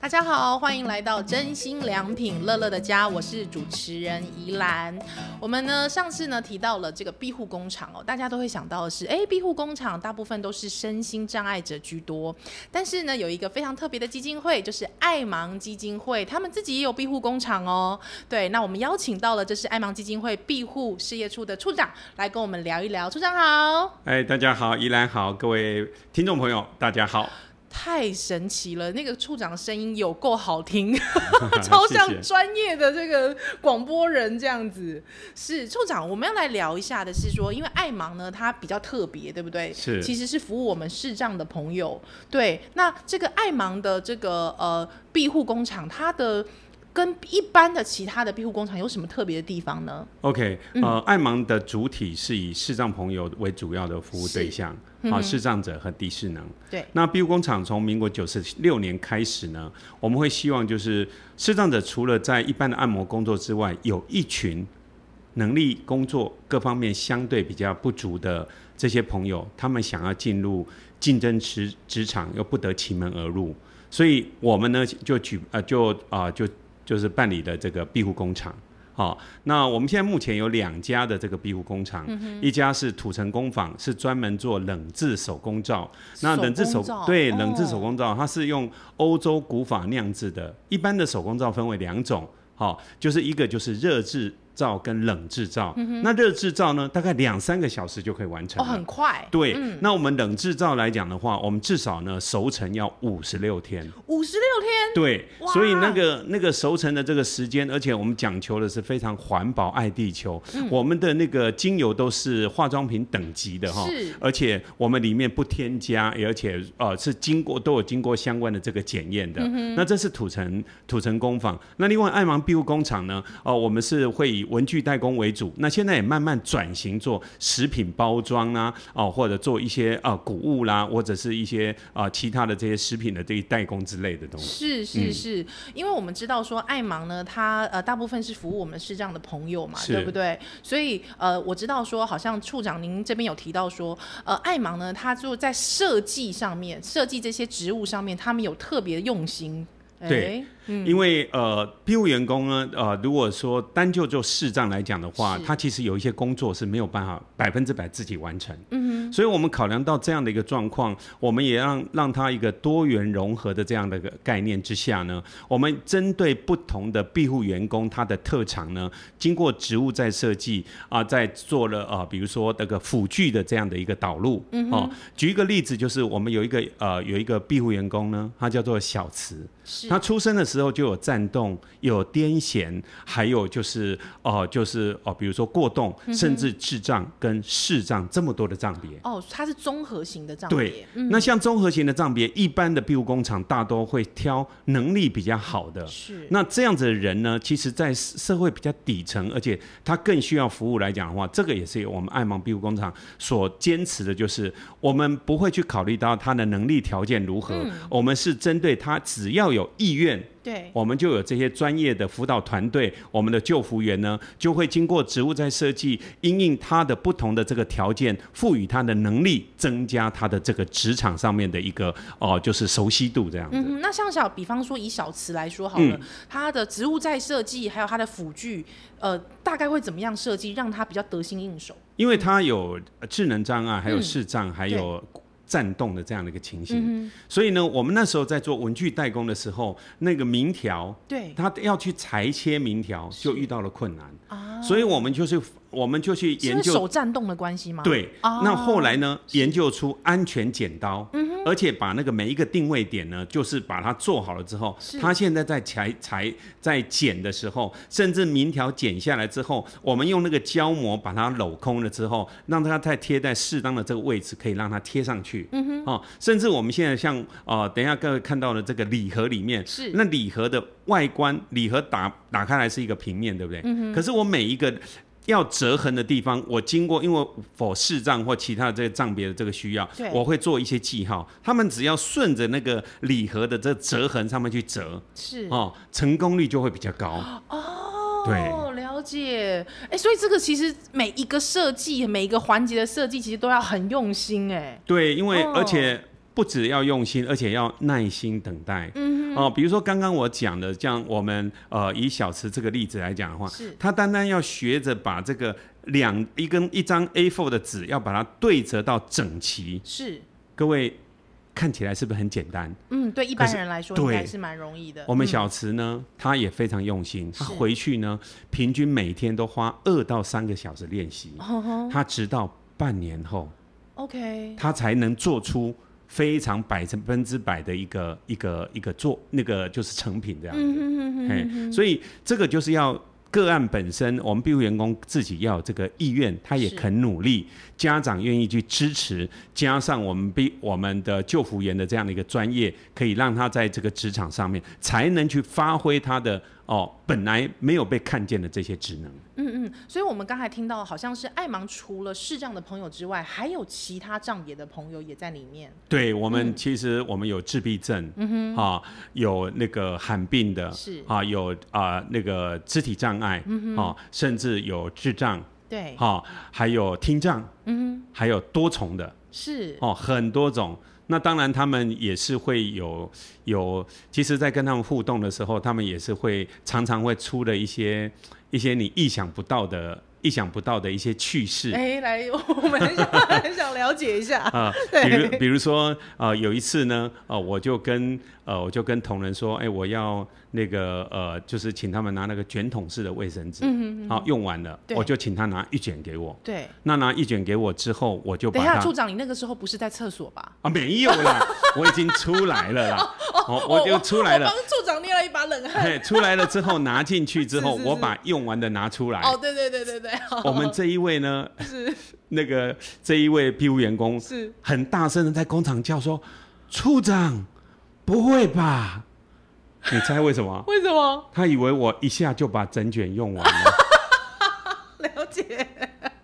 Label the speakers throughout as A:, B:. A: 大家好，欢迎来到真心良品乐乐的家，我是主持人宜兰。我们呢上次呢提到了这个庇护工厂哦，大家都会想到的是，哎，庇护工厂大部分都是身心障碍者居多，但是呢有一个非常特别的基金会，就是爱盲基金会，他们自己也有庇护工厂哦。对，那我们邀请到了这是爱盲基金会庇护事业处的处长来跟我们聊一聊，处长好。
B: 哎，大家好，宜兰好，各位听众朋友，大 家好。
A: 太神奇了！那个处长声音有够好听， 超像专业的这个广播人这样子。是处长，我们要来聊一下的是说，因为爱盲呢，它比较特别，对不对？
B: 是
A: 其实是服务我们视障的朋友。对，那这个爱盲的这个呃庇护工厂，它的跟一般的其他的庇护工厂有什么特别的地方呢？
B: OK，呃，
A: 嗯
B: 爱盲的主体是以视障朋友为主要的服务对象，啊，视障者和低视能。
A: 对，
B: 那庇护工厂从民国九十六年开始呢，我们会希望就是视障者除了在一般的按摩工作之外，有一群能力、工作各方面相对比较不足的这些朋友，他们想要进入竞争职职场，又不得其门而入，所以我们呢就举呃就啊、就就是办理了这个庇护工厂。好、那我们现在目前有两家的这个庇护工厂，
A: 嗯
B: 一家是土城工坊，是专门做冷制手工皂。那冷制
A: 手
B: 手
A: 工皂
B: 对
A: 哦
B: 冷制手工皂，它是用欧洲古法酿制的。一般的手工皂分为两种，好、就是一个就是热制皂跟冷制皂。那热制皂呢，大概两三个小时就可以完
A: 嗯
B: 成
A: 哦，
B: 了。
A: 很嗯快，
B: 对，那我们冷制皂来讲的话，我们至少呢熟成要五十六天。
A: 五十六天，
B: 对
A: 哇，
B: 所以那个那个熟成的这个时间，而且我们讲求的是非常环保、爱地球。
A: 嗯
B: 我们的那个精油都是化妆品等级的哈
A: 是，
B: 而且我们里面不添加，也而且呃是经过都有经过相关的这个检验
A: 嗯
B: 的。那这是土城土城工坊。那另外爱芒庇护工厂呢，哦、我们是会以文具代工为主，那现在也慢慢转型做食品包装啊，哦、或者做一些啊、呃谷物啦，或者是一些啊、呃其他的这些食品的这一代工之类的东
A: 是
B: 西。嗯
A: 是是，因为我们知道说爱盲呢，它呃大部分是服务我们视障的朋友嘛，
B: 是
A: 对不对？所以呃，我知道说好像处长您这边有提到说，呃，爱盲呢，它就在设计上面，设计这些植物上面，他们有特别用心。
B: 对
A: 哎，
B: 因为呃，庇护员工呢，呃，如果说单就就视障来讲的话
A: 是，
B: 他其实有一些工作是没有办法百分之百自己完成。
A: 嗯
B: 所以我们考量到这样的一个状况，我们也让让他一个多元融合的这样的一个概念之下呢，我们针对不同的庇护员工他的特长呢，经过职务再设计啊、在做了啊、比如说那个辅具的这样的一个导入。嗯、哦，举一个例子，就是我们有一个呃有一个庇护员工呢，他叫做小慈。
A: 哼，是
B: 他出生的时候就有颤动、有癫痫，还有就是哦、就是哦、比如说过动，
A: 嗯
B: 甚至智障跟视障这么多的障别。
A: 哦，它是综合型的嗯障
B: 对
A: 别，，
B: 那像综合型的障别，一般的庇护工厂大多会挑能力比较好的。
A: 是
B: 那这样子的人呢，其实，在社会比较底层，而且他更需要服务来讲的话，这个也是我们爱盲庇护工厂所坚持的，就是我们不会去考虑到他的能力条件如何，
A: 嗯
B: 我们是针对他只要有意愿
A: 对
B: 我们就有这些专业的辅导团队，我们的救服员呢，就会经过职务在设计，因应他的不同的这个条件，赋予他的能力，增加他的这个职场上面的一个哦、就是熟悉度这样子。
A: 嗯哼，那像小，比方说以小词来说好
B: 嗯
A: 了，它的植物在设计，还有它的辅具，呃，大概会怎么样设计，让它比较得心应手？
B: 因为他有呃智能障碍，还有
A: 嗯
B: 视障，还有战动的这样的一个情形，
A: 嗯哼，
B: 所以呢，我们那时候在做文具代工的时候，那个明条
A: 对
B: 他要去裁切明条，就遇到了困难，
A: 啊，
B: 所以我们就去我们就去
A: 是因
B: 研
A: 为
B: 究
A: 手震动的关系吗？，
B: 对，
A: 哦嗯
B: 那后来呢，研究出安全剪刀，而且把那个每一个定位点呢，就是把它做好了之后
A: 是，
B: 它现在在裁裁在剪的时候，甚至明条剪下来之后，我们用那个胶膜把它镂空了之后，让它再贴在适当的这个位置，可以让它贴上去。嗯哼，哦，甚至我们现在像呃，等一下各位看到的这个礼盒里面，
A: 是
B: 那礼盒的外观，礼盒打打开来是一个平面，对不对？嗯、可是我每一个要折痕的地方，我经过因为否视障或其他的这个障别的这个需要
A: 对，
B: 我会做一些记号。他们只要顺着那个礼盒的这折痕上面去折，
A: 是
B: 哦，成功率就会比较高。
A: 嗯哦
B: 对
A: 了解。哎、所以这个其实每一个设计、每一个环节的设计，其实都要很用心哎、
B: 对，因为
A: 哦
B: 而且不只要用心，而且要耐心等待。嗯哦，比如说刚刚我讲的，像我们呃以小池这个例子来讲的话，
A: 是
B: 他单单要学着把这个两一根一张 A4 的纸，要把它对折到整齐。
A: 是，
B: 各位看起来是不是很简单？
A: 嗯，对一
B: 可
A: 般
B: 是
A: 人来说
B: 对
A: 应该是蛮容易的。
B: 我们
A: 嗯
B: 小池呢，他也非常用心，他
A: 是
B: 回去呢，平均每天都花二到三个小时练习，
A: 哼哼
B: 他直到半年后，
A: ，OK，
B: 他才能做出非常百分之百的一个一个一个做那个就是成品这样子。哎、所以这个就是要个案本身，我们庇护员工自己要有这个意愿，他也
A: 是
B: 肯努力，家长愿意去支持，加上我们庇我们的救服员的这样的一个专业，可以让他在这个职场上面才能去发挥他的哦本来没有被看见的这些职能。
A: 嗯嗯，所以我们刚才听到好像是爱芒除了视障的朋友之外，还有其他障眼的朋友也在里面。
B: 对我们
A: 嗯，
B: 其实我们有自闭症，嗯、啊，有那个罕病的，
A: 是
B: 啊，有啊、那个肢体障碍，嗯、啊，甚至有智障，
A: 对，
B: 啊，还有听障，
A: 嗯
B: 还有多重的
A: 哼，是
B: 哦，很多种。那当然，他们也是会有有，其实，在跟他们互动的时候，他们也是会常常会出了一些一些你意想不到的、意想不到的一些趣事。
A: 哎，来， 我们很想很想了解一下。
B: 啊，比 如
A: 对，
B: 比如说，呃，有一次呢，呃，我就跟呃，我就跟同仁说，哎、我要那个呃，就是请他们拿那个卷筒式的卫生纸，嗯嗯，好、用完了，
A: 对
B: 我就请他拿一卷给我。
A: 对，
B: 那拿一卷给我之后，我就
A: 等
B: 把
A: 一下，
B: 它
A: 处长，你那个时候不是在厕所吧？
B: 啊，没有 啦，我已经出来了啦，哦， 我就出来
A: 我
B: 了
A: 帮，处长捏了一把冷汗。
B: 嘿，出来了之后拿进去之后，
A: 是是是
B: 我把用完的拿出来。
A: 哦，对对对对对，好
B: 我们这一位呢，
A: 是
B: 那个这一位庇护员工
A: 是，？
B: 很大声的在工厂叫说：“处长，不会吧？”你猜为什么
A: 为什么？
B: 他以为我一下就把整卷用完了。
A: 了解，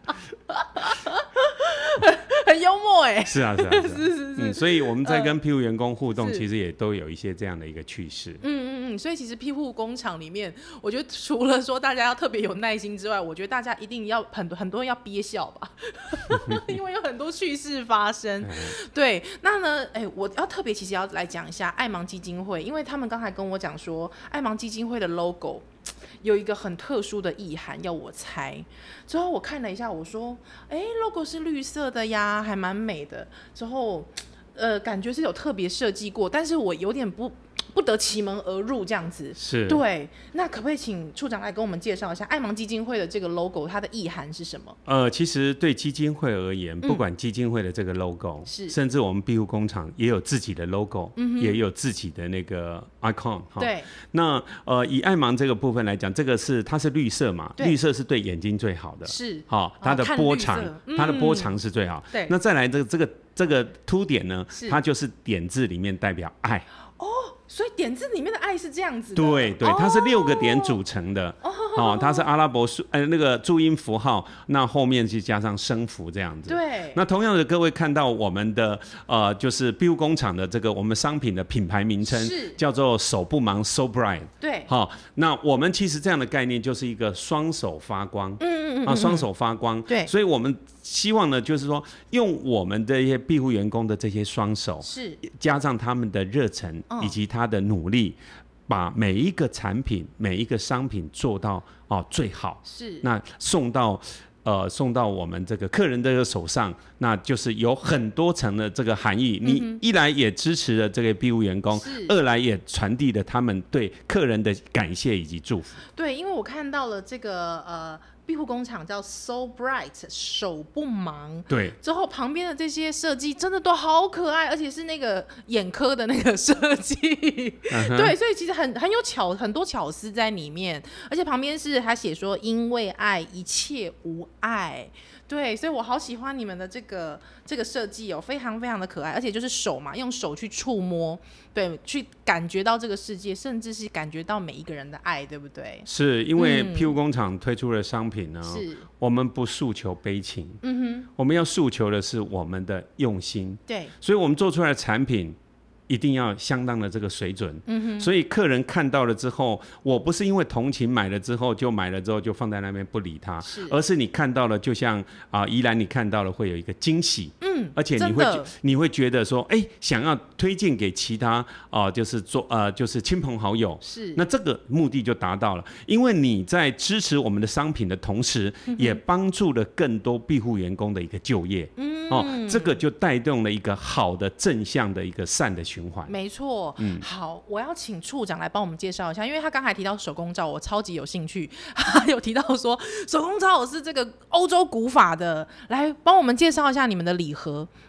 A: 很幽默哎。
B: 是啊，是啊，是啊。嗯，所以我们在跟庇护员工互动，
A: 是
B: 其实也都有一些这样的一个趣事。
A: 嗯嗯嗯，所以其实庇护工厂里面，我觉得除了说大家要特别有耐心之外，我觉得大家一定要很多很多人要憋笑吧，因为有很多趣事发生。对，那呢，哎、我要特别其实要来讲一下爱盲基金会，因为他们刚才跟我讲说，爱盲基金会的 logo 有一个很特殊的意涵，要我猜。之后我看了一下，我说，哎、l o g o 是绿色的呀，还蛮美的。之后，呃，感觉是有特别设计过，但是我有点不不得其门而入这样子。
B: 是，
A: 对，那可不可以请处长来跟我们介绍一下爱盲基金会的这个 logo 它的意涵是什么？
B: 呃，其实对基金会而言，不管基金会的这个 logo，、
A: 嗯是嗯
B: 甚至我们庇护工厂也有自己的 logo，、也有自己的那个 icon 哈。
A: 对，
B: 那呃，以爱盲这个部分来讲，这个是它是绿色嘛，
A: 对
B: 绿色是对眼睛最好的，
A: 是
B: 好、
A: 哦
B: 它的
A: 看
B: 波
A: 绿色
B: 长，
A: 嗯
B: 它的波长是最好。
A: 对
B: 那再来这个这个这个凸点呢
A: 是，
B: 它就是点字里面代表爱，
A: 所以点字里面的爱是这样子的。哦
B: 对对，它是六个点组成的，哦，它是阿拉伯数呃那个注音符号，那后面去加上声符这样子。
A: 对，
B: 那同样的，各位看到我们的呃，就是庇护工厂的这个我们商品的品牌名称
A: 是
B: 叫做“手不忙，so bright”。
A: 对，
B: 好、那我们其实这样的概念就是一个双手发光，
A: 嗯嗯
B: 啊，双手发光。
A: 对
B: 所以我们希望呢，就是说用我们的一些庇护员工的这些双手
A: 嗯，，是
B: 加上他们的热忱
A: 嗯
B: 以及他的努力，把每一个产品、每一个商品做到哦最好，
A: 是，
B: 那送到。呃，送到我们这个客人的手上，那就是有很多层的这个含义。你一来也支持了这个庇护员工，
A: 嗯是
B: 二来也传递了他们对客人的感谢以及祝福。
A: 对，因为我看到了这个呃庇护工厂叫 So Bright，手不忙。
B: 对，
A: 之后旁边的这些设计真的都好可爱，而且是那个眼科的那个设计，对，所以其实很很有巧很多巧思在里面，而且旁边是还写说因为爱一切无碍，对，所以我好喜欢你们的这个这个设计哦，非常非常的可爱，而且就是手嘛，用手去触摸，对，去感觉到这个世界，甚至是感觉到每一个人的爱，对不对？
B: 是因为
A: 嗯
B: 庇护工厂推出的商品呢，
A: 是，
B: 我们不诉求悲情，
A: 嗯哼，
B: 我们要诉求的是我们的用心。
A: 对，
B: 所以我们做出来的产品，一定要相当的这个水准。嗯哼，所以客人看到了之后，我不是因为同情买了之后就买了之后就放在那边不理他，
A: 是
B: 而是你看到了，就像啊、宜兰你看到了会有一个惊喜。
A: 嗯，
B: 而且你
A: 真
B: 会
A: 的
B: 觉你会觉得说，哎、想要推荐给其他啊、就是做呃，就是亲朋好友，
A: 是
B: 那这个目的就达到了，因为你在支持我们的商品的同时，也帮助了更多庇护员工的一个就业。嗯，哦，这个就带动了一个好的正向的一个善的循环。
A: 没错，
B: 嗯
A: 好，我要请处长来帮我们介绍一下，因为他刚才提到手工皂，我超级有兴趣。 他有提到说手工皂是这个欧洲古法的，来帮我们介绍一下你们的礼盒。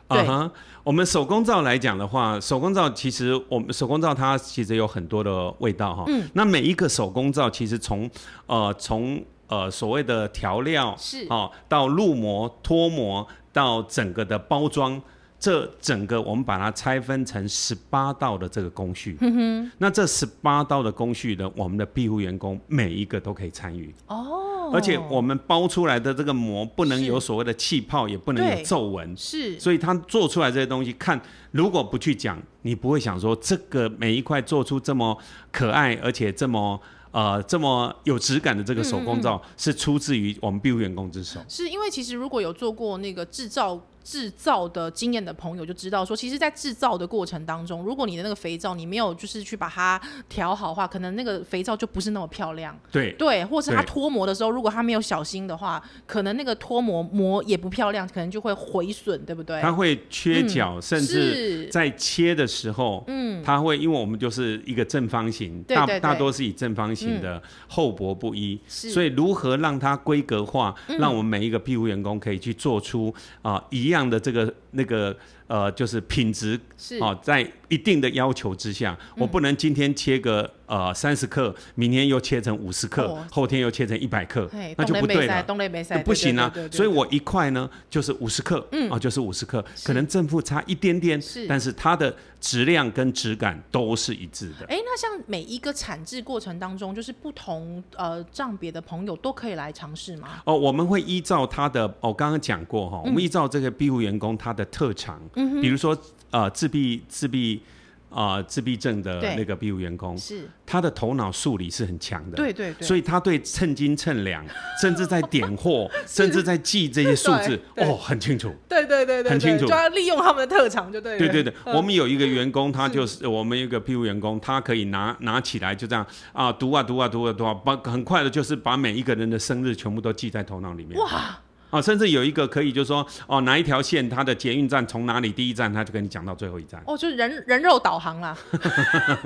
A: 对，
B: 啊哈，我们手工皂来讲的话，手工皂其实我们手工皂它其实有很多的味道哈。嗯，那每一个手工皂其实从呃从呃所谓的调料
A: 是
B: 哦到入膜脱膜到整个的包装。这整个我们把它拆分成十八道的这个工序，嗯、那这十八道的工序呢，我们的庇护员工每一个都可以参与，
A: 哦，
B: 而且我们包出来的这个膜不能
A: 是
B: 有所谓的气泡，也不能
A: 对
B: 有皱纹，
A: 是
B: 所以他做出来这些东西，看如果不去讲，你不会想说这个每一块做出这么可爱，而且这么呃这么有质感的这个手工
A: 嗯
B: 皂，是出自于我们庇护员工之手。
A: 是因为其实如果有做过那个制造制造的经验的朋友，就知道说，其实，在制造的过程当中，如果你的那个肥皂你没有就是去把它调好的话，可能那个肥皂就不是那么漂亮。
B: 对，
A: 对，或是它
B: 对
A: 脱模的时候，如果它没有小心的话，可能那个脱模膜也不漂亮，可能就会毁损，对不对？
B: 它会缺角，甚至
A: 嗯是
B: 在切的时候，
A: 嗯，
B: 它会因为我们就是一个正方形，
A: 对对对嗯
B: 大大多是以正方形的厚薄不一，
A: 是嗯
B: 所以如何让它规格化，让我们每一个庇护员工可以去做出啊、一样的这个那个呃就是品质
A: 是嗯
B: 哦，在一定的要求之下，我不能今天切个呃三十克，明天又切成五十克，
A: 哦
B: 后天又切成一百克
A: 嘿，
B: 那就
A: 东雷
B: 不对
A: 梅
B: 了
A: 塞，。东雷梅塞
B: 不行啊
A: 对对对对，对
B: 所以我一块呢就是五十克，嗯，啊就是五十克，可能正负差一点点，
A: 是
B: 但是它的质量跟质感都是一致的。
A: 哎，那像每一个产制过程当中，就是不同呃账别的朋友都可以来尝试吗？
B: 哦，我们会依照他的，哦，刚刚讲过哈、我
A: 嗯
B: 们依照这个庇护员工他的特长，嗯、比如说呃自闭自闭啊、呃自闭症的
A: 对
B: 那个庇护员工，
A: 是，
B: 他的头脑数理是很强的，
A: 对对对，
B: 所
A: 以
B: 以他对称斤 称两，甚至在点货，甚至在记这些数字，
A: 对对
B: 哦，很清楚。
A: 对对对对，
B: 很
A: 对
B: 清楚
A: 就要利用他们的特长就对嗯了。
B: 对对对，我们有一个员工，他就是我们有一个庇护员工，他可以拿拿起来就这样啊读啊读啊读啊读啊，把很快的就是把每一个人的生日全部都记在头脑里面。
A: 哇，
B: 啊，甚至有一个可以就是说哦哪一条线它的捷运站从哪里第一站，他就跟你讲到最后一站。
A: 哦，就是人人肉导航啦，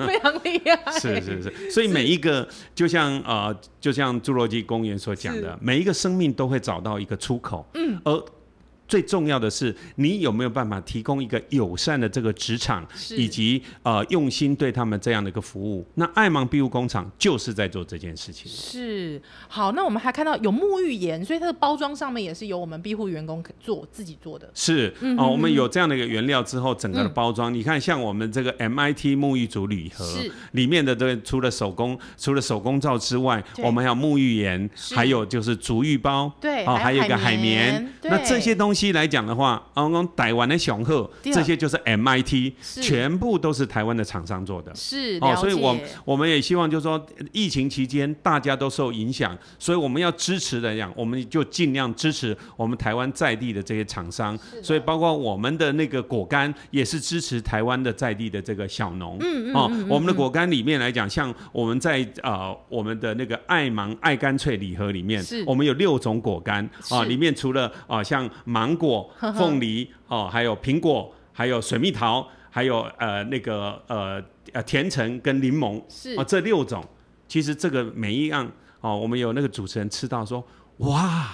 A: 非常厉 害。
B: 是是是，所以每一个就像呃，就像侏罗纪公园所讲
A: 是
B: 的，每一个生命都会找到一个出口。嗯，而最重要的是，你有没有办法提供一个友善的这个职场，
A: 是
B: 以及呃用心对他们这样的一个服务？那爱芒庇护工厂就是在做这件事情。
A: 是好，那我们还看到有沐浴盐，所以它的包装上面也是由我们庇护员工做自己做的。
B: 是哦，我
A: 嗯
B: 们有这样的一个原料之后，整个的包装，你看，像我们这个 MIT 沐浴组礼盒
A: 是
B: 里面的这个，除了手工除了手工皂之外，
A: 对
B: 我们还有沐浴盐，
A: 是
B: 还有就是足浴包，
A: 对
B: 哦，
A: 还有
B: 还有一个
A: 海
B: 海
A: 绵
B: 绵。
A: 对
B: 那这些东西来讲的话，哦，我们台湾的雄鹤，
A: 对
B: 这些就是 MIT，
A: 是
B: 全部都是台湾的厂商做的。
A: 是，了
B: 哦，
A: 解。
B: 所以我我们也希望就是说，疫情期间大家都受影响，所以我们要支持的样，我们就尽量支持我们台湾在地的这些厂商
A: 是的，
B: 所以包括我们的那个果干也是支持台湾的在地的这个小农。嗯嗯哦，我们的果干里面来讲，像我们在呃我们的那个爱芒爱干脆礼盒里面
A: 是，
B: 我们有六种果干啊、
A: 是
B: 里面除了啊、像芒果
A: 呵、呵
B: 凤梨哦、还有苹果，还有水蜜桃。还有呃那个呃呃甜橙跟柠檬
A: 是
B: 哦，这六种，其实这个每一样哦，我们有那个主持人吃到说， 哇，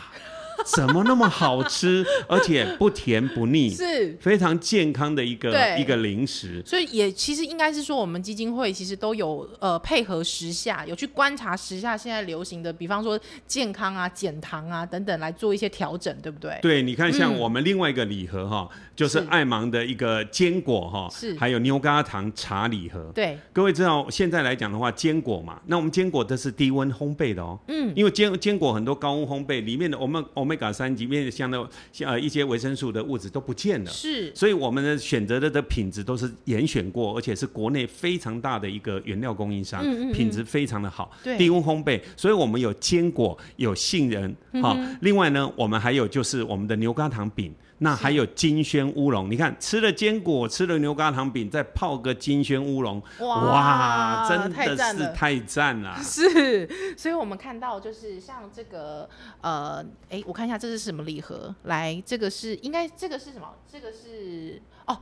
B: 怎么那么好吃， 而且不甜不腻，
A: 是，
B: 非常健康的一个
A: 对
B: 一个零食。
A: 所以也其实应该是说，我们基金会其实都有呃配合时下，有去观察时下现在流行的，比方说健康啊、减糖啊等等，来做一些调整，对不对？嗯
B: 对，你看，像我们另外一个礼盒哈、就是
A: 是
B: 爱芒的一个坚果哈、
A: 是
B: 还有牛轧糖茶礼盒。
A: 对，
B: 各位知道，现在来讲的话，坚果嘛，那我们坚果都是低温烘焙的哦。嗯，因为坚坚果很多高温烘焙，里面的我们我们贝嘎三级面向的像呃一些维生素的物质都不见了。
A: 是
B: 所以我们的选择的的品质都是严选过，而且是国内非常大的一个原料供应商，
A: 嗯嗯嗯
B: 品质非常的好，
A: 对
B: 低温烘焙，所以我们有坚果，有杏仁，哈、
A: 嗯
B: 另外呢，我们还有就是我们的牛轧糖饼，那还有金萱乌龙，你看吃了坚果，吃了牛轧糖饼，再泡个金萱乌龙，
A: 哇
B: 真
A: 太
B: 的
A: 赞
B: 是
A: 了
B: 太赞 了。
A: 是，所以我们看到就是像这个呃，哎，我看一下这是什么礼盒，来，这个是应该这个是什么？这个是哦。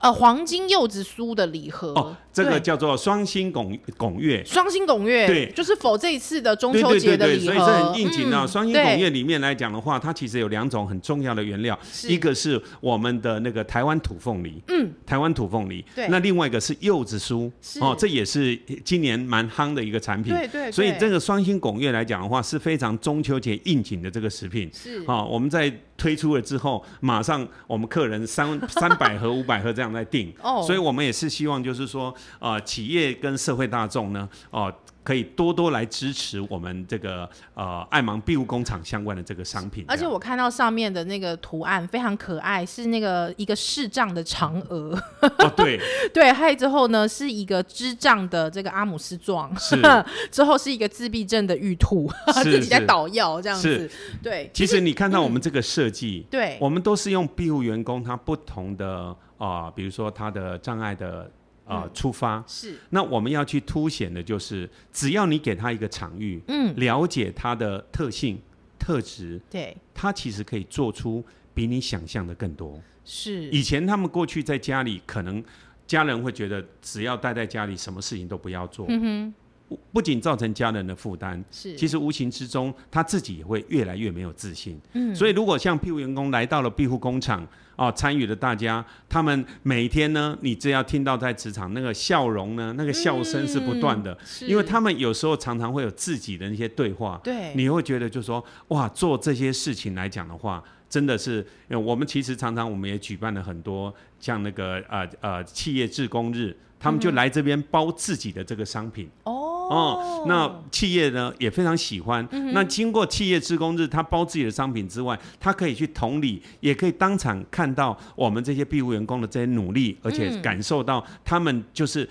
A: 呃，黄金柚子酥的礼盒
B: 哦，这个
A: 对
B: 叫做双星拱拱月，
A: 双星拱月，
B: 对
A: 就是否这一次的中
B: 对
A: 秋
B: 对
A: 节
B: 对
A: 的
B: 对，
A: 礼
B: 所
A: 盒，
B: 以这很应景啊。
A: 嗯
B: 双星拱月里面来讲的话，它其实有两种很重要的原料，
A: 是
B: 一个是我们的那个台湾土凤梨，
A: 嗯，
B: 台湾土凤梨，
A: 对
B: 那另外一个是柚子酥
A: 是，
B: 哦，这也是今年蛮夯的一个产品。
A: 对对对
B: 所以这个双星拱月来讲的话，是非常中秋节应景的这个食品。
A: 是
B: 好、我们在推出了之后，马上我们客人三三百盒、五百盒这样在订，
A: 哦
B: 所以我们也是希望就是说，呃，企业跟社会大众呢，哦、可以多多来支持我们这个呃爱芒庇护工厂相关的这个商品。
A: 而且我看到上面的那个图案非常可爱，是那个一个视障的嫦娥，
B: 这样 哦，对，
A: 对，还有之后呢是一个智障的这个阿姆斯壮，
B: 是
A: 之后是一个自闭症的玉兔，
B: 是
A: 自己在
B: 是
A: 捣药这样子
B: 是，
A: 对
B: 其实你看到我们这个设计，
A: 对，
B: 我们都是用庇护员工他不同的啊、呃比如说他的障碍的啊、呃
A: 嗯
B: 出发，
A: 是
B: 那我们要去凸显的就是，只要你给他一个场域，
A: 嗯，
B: 了解他的特性、特质，
A: 对
B: 他其实可以做出比你想象的更多。
A: 是
B: 以前他们过去在家里，可能家人会觉得只要待在家里，什么事情都不要做，
A: 嗯
B: 不不仅造成家人的负担，
A: 哼是，
B: 其
A: 实
B: 实无形之中他自己也会越来越没有自信。
A: 嗯
B: 所以如果像庇护员工来到了庇护工厂啊、参与了大家，他们每天呢，你只要听到在职场那个笑容呢，那个笑声是不断的，
A: 嗯是
B: 因为他们有时候常常会有自己的那些对话，
A: 对
B: 你会觉得就说哇，做这些事情来讲的话，真的是，呃我们其实常常我们也举办了很多像那个呃呃企业志工日，他们就来这边包自己的这个商品。
A: 哦嗯
B: 哦，那企业呢也非常喜欢。那经过企业职工日，他包自己的商品之外，他可以去同理，也可以当场看到我们这些庇护员工的这些努力，而且感受到他们就是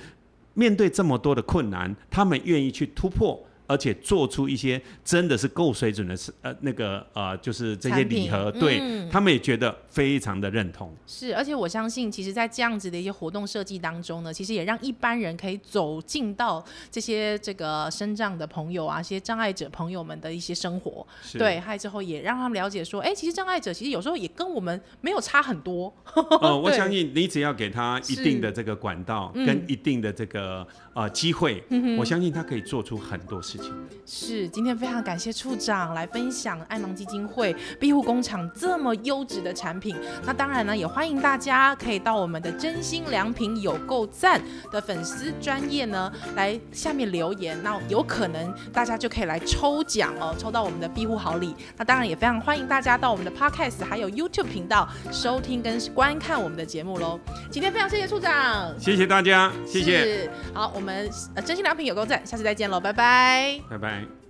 B: 面对这么多的困难，他们愿意去突破。而且做出一些真的是够水准的，是呃那个呃，就是这些
A: 产品
B: 礼盒，对、
A: 嗯
B: 他们也觉得非常的认同。
A: 是，而且我相信，其实，在这样子的一些活动设计当中呢，其实也让一般人可以走进到这些这个身障的朋友啊，一些障碍者朋友们的一些生活，
B: 是
A: 对，还有之后也让他们了解说，哎、其实障碍者其实有时候也跟我们没有差很多，
B: 呃，我
A: 对
B: 相信你只要给他一定的这个管道
A: 嗯
B: 跟一定的这个呃机会，我相信他可以做出很多事情。
A: 是，今天非常感谢处长来分享爱盲基金会庇护工厂这么优质的产品。那当然呢，也欢迎大家可以到我们的真心良品有购赞的粉丝专业呢来下面留言，那有可能大家就可以来抽奖哦，抽到我们的庇护好礼。那当然也非常欢迎大家到我们的 Podcast 还有 YouTube 频道收听跟观看我们的节目喽。今天非常谢谢处长，
B: 谢谢大家，谢谢，
A: 是。好，我们呃真心良品有购赞，下次再见喽，拜拜。
B: 拜拜。